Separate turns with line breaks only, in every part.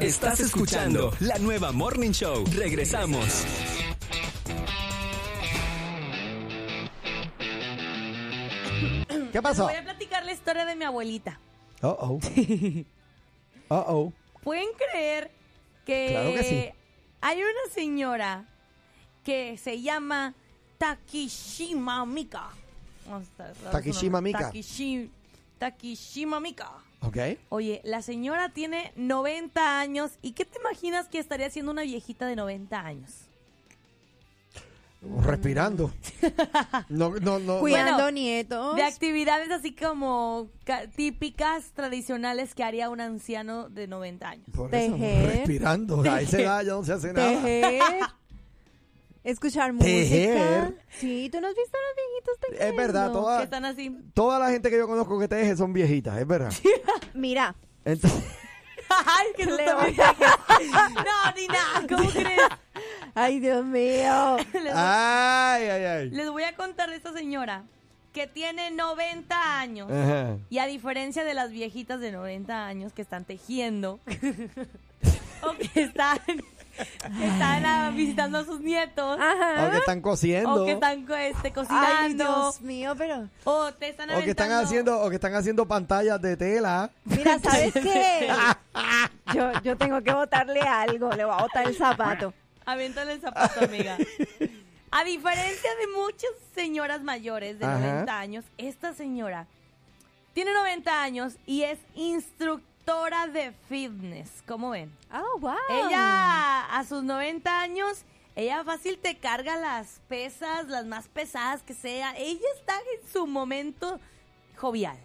Estás escuchando la nueva Morning Show. Regresamos.
¿Qué
Les
pasó?
voy a platicar la historia de mi abuelita.
Oh, oh. Oh, oh.
¿Pueden creer que,
Claro que sí.
hay una señora que se llama Takishima Mika? Vamos a dar su
Takishima
nombre.
Mika.
Takishi- Takishima Mika.
Ok.
Oye, la señora tiene 90 años. ¿Y qué te imaginas que estaría haciendo una viejita de 90 años?
Respirando. No, no, no.
Cuidando
Bueno,
nietos.
De actividades así como ca- típicas, tradicionales que haría un anciano de 90 años.
Por eso,
Tejer.
respirando. A esa edad ya no se hace nada.
Tejer. Escuchar
Tejer.
música. Sí, tú no has visto a los viejitos tejiendo.
Es verdad,
Que
toda,
están así.
toda la gente que yo conozco que teje son viejitas, es verdad.
Mira,
Entonces,
Ay, que tú
Leo.
también. No, ni nada, ¿cómo crees?
ay Dios mío.
Les,
ay, ay, ay.
les voy a contar de esta señora que tiene 90 años.
Ajá.
Y a diferencia de las viejitas de 90 años que están tejiendo o que están, que están ah, visitando a sus nietos
Ajá.
Aunque están cosiendo.
Ah. o que están este,
Ay,
cocinando
Dios mío, pero.
o te están
o que están
aventando-
haciendo, o que están haciendo pantallas de tela.
Mira, ¿sabes qué? Yo, yo tengo que botarle algo, le voy a botar el zapato.
Aviéntale el zapato, amiga. A diferencia de muchas señoras mayores de
Ajá.
90 años, esta señora tiene 90 años y es instructora de fitness. ¿Cómo ven?
Oh, wow.
Ella a sus 90 años, ella fácil te carga las pesas, las más pesadas que sea. Ella está en su momento jovial.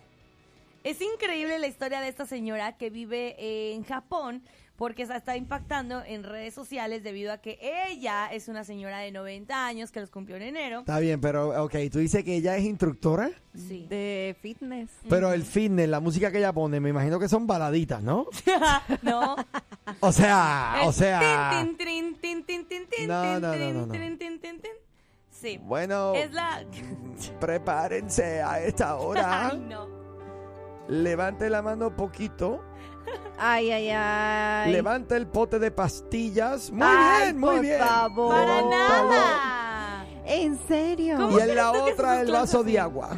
Es increíble la historia de esta señora que vive en Japón porque se está impactando en redes sociales debido a que ella es una señora de 90 años que los cumplió en enero.
Está bien, pero ok, tú dices que ella es instructora,
Sí.
De fitness.
pero el fitness, la música que ella pone, me imagino que son baladitas, ¿no?
¿No?
O sea, Ah, o
Es
sea.
tin, tin, tin, tin, tin, tin,
No,
tin,
no, no, no,
tin,
no.
tin, tin, tin, tin. Sí.
Bueno,
Es la...
prepárense a esta hora.
Ay, no.
Levante la mano poquito.
Ay, ay, ay.
Levanta el pote de pastillas. Muy
Ay,
bien, muy
por
bien.
favor.
Para
Oh,
Levántalo.
nada.
¿En serio?
¿Cómo?
Y en la
crees tú que
otra
sus
el vaso
clases-
de agua.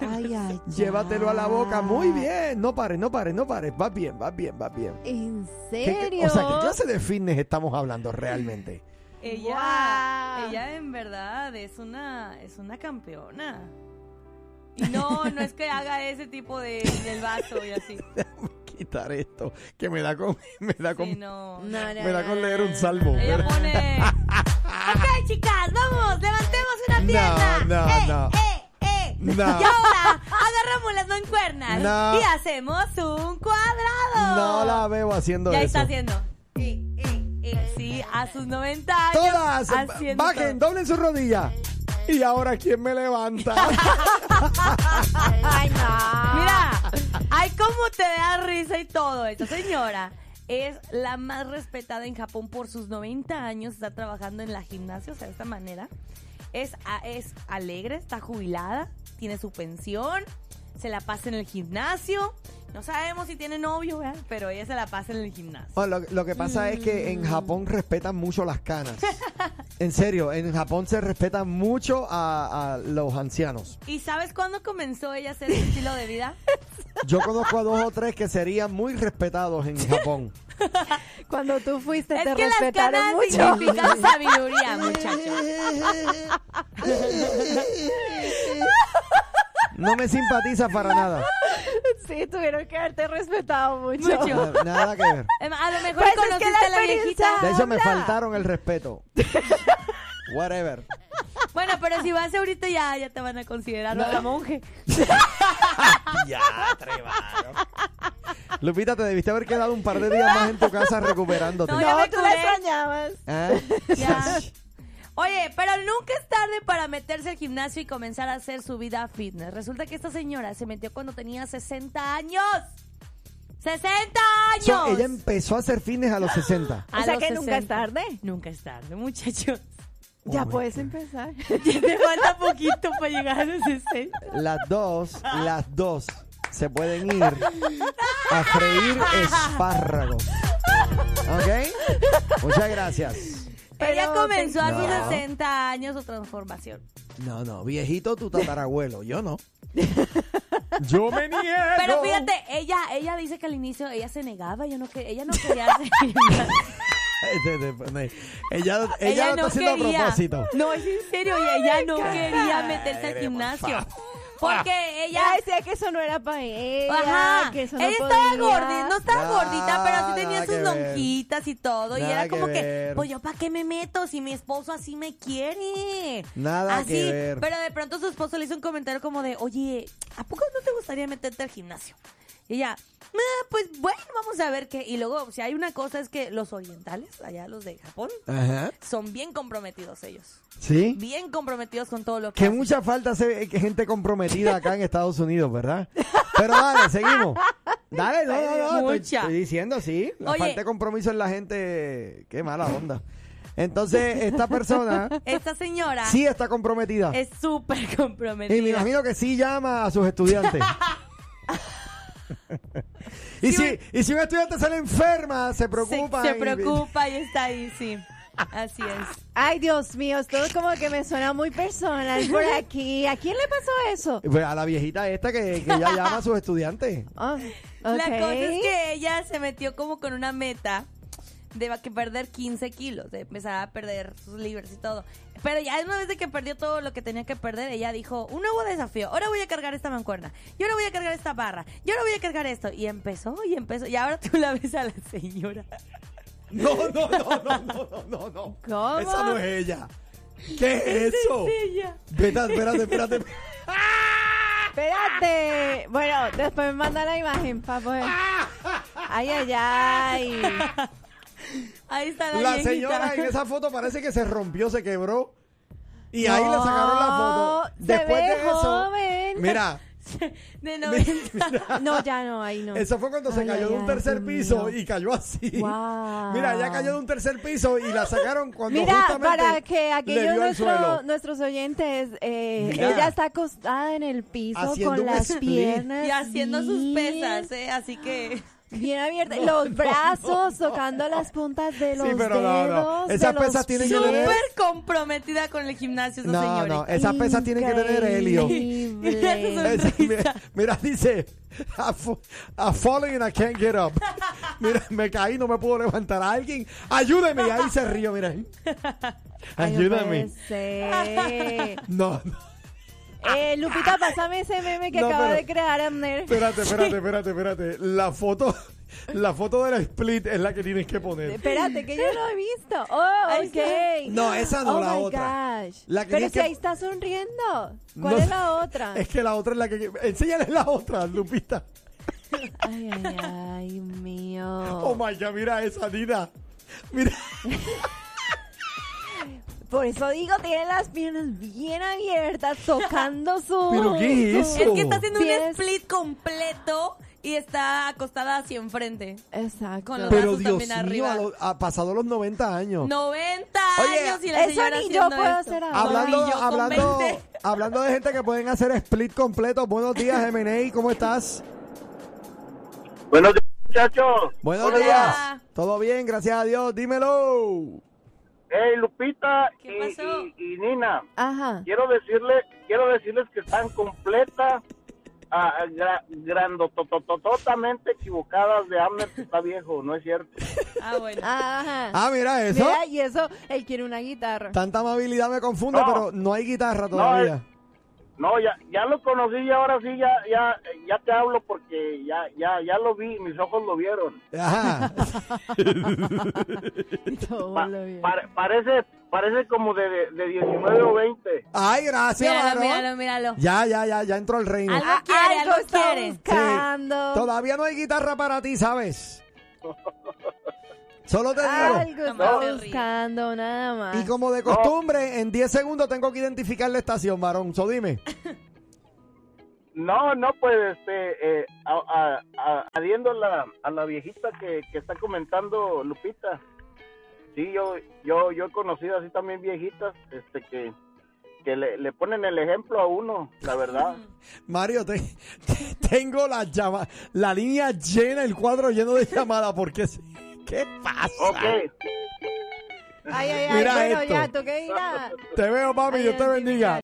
Ay, ay.
Llévatelo a la boca. Muy
ya.
Ah.
bien. No pares, no pares, no pares. Va bien, va bien, va bien.
¿En
¿Qué-
serio?
qué- o sea, ¿qué clase de fitness estamos hablando realmente?
Ella,
Guau.
ella en verdad es una, es una campeona. Y no, no es que haga ese tipo de del vaso y así.
Quitar esto, que me da con, me da con,
Sí, no.
No, no,
me da
no,
con
no,
leer un
no,
salmo.
no,
Ella
no,
pone. Ok, chicas, vamos, levantemos una
No,
pierna.
no,
Eh,
no.
eh, eh.
No.
Y ahora agarramos las mancuernas
No.
y hacemos un cuadrado.
No la veo haciendo
Ya
eso.
está haciendo. Eh, eh, eh. Sí, a sus 90 años.
Todas, eh,
haciendo
bajen,
todo.
doblen su rodilla. Y ahora, ¿quién me levanta?
Ay, no.
Mira,
Ah.
hay como te da risa y todo. Esta señora es la más respetada en Japón por sus 90 años. Está trabajando en la gimnasia, o sea, de esta manera. Es, a- es alegre, está jubilada, tiene su pensión, se la pasa en el gimnasio. No sabemos si tiene novio, ¿verdad? pero ella se la pasa en el gimnasio.
Bueno, lo, lo que pasa es que en Japón respetan mucho las canas. En serio, en Japón se respetan mucho a, a los ancianos.
¿Y sabes cuándo comenzó ella a hacer ese estilo de vida?
Yo conozco a dos o tres que serían muy respetados en Japón.
Cuando tú fuiste te
es que las
respetaron
canas
mucho.
significan sabiduría, muchachos.
No me simpatiza para nada.
Sí, tuvieron que haberte respetado mucho.
Mucho.
Nada, nada que ver.
Em, A lo mejor
Pues es que
conociste
la
a la
experiencia-
viejita.
De hecho, me
Anda.
faltaron el respeto. Whatever.
Bueno, pero si vas ahorita ya, ya te van a considerar otra monje.
Ya, trevado. Lupita, te debiste haber quedado un par de días más en tu casa recuperándote.
No, ya
No,
me
tú
curé.
la extrañabas.
Ah.
Ya. Oye, pero nunca es tarde para meterse al gimnasio y comenzar a hacer su vida fitness. Resulta que esta señora se metió cuando tenía 60 años. ¡60 años!
So, ella empezó a hacer fines a los 60.
A
em, o sea
los
que nunca es
60.
tarde.
Nunca es tarde, muchachos. Oh,
Ya puedes empezar.
Ya te falta poquito para llegar a los 60.
Las dos, las dos se pueden ir a freír espárragos. Muchas gracias.
Ella
Pero
comenzó a sus
No.
60 años su transformación.
No, no, viejito tu tatarabuelo, yo no. Yo me niego.
Pero fíjate, ella, ella dice que al inicio ella se negaba, yo no que, ella no quería hacer-
Este, este, pone ahí. Ella, ella,
ella
lo está
no
haciendo
quería.
a propósito.
No, es en serio, y ella
Oh
no quería meterse al
por
gimnasio.
favor.
Porque ella
Ella decía que eso no era para ella.
Ajá.
Que eso no
ella estaba
podía.
gordita, no estaba
Nada,
gordita, pero sí tenía
nada
sus
que ver.
lonjitas y todo. y
Nada
era
que
como que,
ver.
pues yo, ¿para qué me meto si mi esposo así me quiere?
Nada
así,
que ver.
Pero de pronto su esposo le hizo un comentario como de, oye, ¿a poco no te gustaría meterte al gimnasio? Y ella, "Ah, pues bueno, vamos a ver qué. Y luego, si hay una cosa es que los orientales, allá los de Japón,
Ajá.
son bien comprometidos ellos.
¿Sí?
Bien comprometidos con todo lo que
Que
hacen.
mucha falta hace eh, que gente comprometida acá en Estados Unidos, ¿verdad? Pero dale, seguimos. Dale, no, no, no. estoy-
Mucha.
Estoy, diciendo, sí. La
Oye.
falta de compromiso en la gente. Qué mala onda. Entonces, esta persona
Esta señora
sí Eh, está comprometida.
es súper comprometida.
Y me imagino que sí llama a sus estudiantes. y, si, y si un estudiante sale enferma, se preocupa.
Se, se
y-
preocupa y está ahí, sí. Así es.
Ay, Dios mío, esto como que me suena muy personal por aquí. ¿A quién le pasó eso?
Pues a la viejita esta que, que ya llama a sus estudiantes.
Ah,
La
ok.
cosa es que ella se metió como con una meta de va- que perder 15 kilos, de empezar a perder sus libras y todo. Pero ya una vez de que perdió todo lo que tenía que perder, ella dijo, un nuevo desafío, ahora voy a cargar esta mancuerna, yo ahora voy a cargar esta barra, yo ahora voy a cargar esto. Y empezó, y empezó, y ahora tú la ves a la señora.
No, no, no, no, no, no, no, no.
¿Cómo?
Esa no es ella. ¿Qué es
Esa
eso?
es ella.
Espérate, espérate, espérate.
Espérate. Bueno, después me manda la imagen para poder. Ay, ay, ay.
Ahí está la,
La
viejita.
señora en esa foto parece que se rompió, se quebró. Y ahí le
No,
sacaron la foto.
se
Después
ve
de eso.
joven.
Mira,
De 90.
No, ya no, ahí no.
Eso fue cuando se
Ay,
cayó
ay,
de un
ay,
tercer
Dios
piso
mío.
y cayó así.
Wow.
Mira, ella cayó de un tercer piso y la sacaron cuando
Mira,
justamente
para que
le
aquellos
dio al suelo.
nuestro- nuestros oyentes, eh,
Mira.
ella está acostada en el piso
Haciendo
con
un
las
split.
piernas
Y haciendo sus
bien-
pesas, ¿eh? Así que...
Bien abiertas, los brazos tocando las puntas de los
Sí, pero no,
dedos.
no.
de
Esas
los
pesas tienen que
pies.
tener-
Súper comprometida con el gimnasio esa
No,
señora.
no, Esas pesas tienen que tener helio.
Increíble.
Esa- mira, mira, dice, I fa- I fallen and I can't get up. Mira, me caí, no me puedo levantar. Alguien, ayúdeme. Y ahí se río, mira.
Ay, no
Ayúdame.
puede ser.
No, no,
Eh, Lupita, pásame ese meme que
No,
acaba
pero-
de crear Amner.
espérate, espérate, espérate, espérate. La foto, la foto del split es la que tienes que poner.
Espérate, que yo no he visto. Oh,
Ahí
ok.
No, esa no,
Oh
la
my
otra.
gosh.
La que
Pero
dice
si
que-
ahí está sonriendo. ¿Cuál
No
es
sé.
la otra?
Es que la otra es la que. Enséñale la otra, Lupita.
Ay, ay, ay, Dios mío.
Oh my god, mira esa Nina. Mira.
Por eso digo, tiene las piernas bien abiertas, tocando su.
¿Pero qué es
su-
eso?
Es que está haciendo un
Pies.
split completo y está acostada hacia enfrente.
Exacto.
Con los
Pero
brazos
Dios
también
mío,
arriba.
a lo- ha pasado los 90 años.
90
Oye,
años y la
Eso
señora
ni yo
haciendo
puedo
esto.
hacer ahora.
Hablando,
Ni yo con
hablando,
20.
hablando de gente que pueden hacer split completo. Buenos días, MNI, ¿cómo estás?
Buenos días, muchachos.
Buenos
Hola.
días. Todo bien, gracias a Dios. Dímelo.
Hey, Lupita y,
¿Qué pasó?
y- y Nina,
Ajá.
quiero decirle, quiero decirles que están completa, ah, ah, gra- grandototototamente equivocadas de Amner que está viejo, no es cierto.
Ah, bueno.
Ajá.
Ah, mira eso.
Mira, y eso, él quiere una guitarra.
Tanta amabilidad me confunde,
No.
pero no hay guitarra todavía.
No, ya, ya lo conocí y ahora sí ya, ya, ya te hablo porque ya, ya, ya lo vi, mis ojos lo vieron.
Ajá.
Todo
Pa-
lo bien.
pare- parece, parece como de, de, de 19 o 20.
Ay, gracias,
Míralo,
varón.
míralo, míralo.
Ya, ya, ya, ya entró al reino.
Algo
Ah,
quiere,
algo
algo
está
quiere.
Sí.
buscando.
Todavía no hay guitarra para ti, ¿sabes? Solo te digo.
Algo está
No.
buscando, nada más.
Y como de costumbre, en 10 segundos tengo que identificar la estación, varón. So dime.
No, no, pues, este, eh, a- a- a- adhiendo a la, a la viejita que, que está comentando Lupita. Sí, yo, yo, yo he conocido así también viejitas, este, que, que le, le ponen el ejemplo a uno, la verdad.
Mario, te- te- tengo la llama, la línea llena, el cuadro lleno de llamadas. porque qué? ¿Qué pasa?
Ok,
Ay, ay, ay.
Mira
bueno,
esto.
ya, ¿tú qué dirás?
Te veo, papi,
Ay,
Dios te
Dios mío,
bendiga.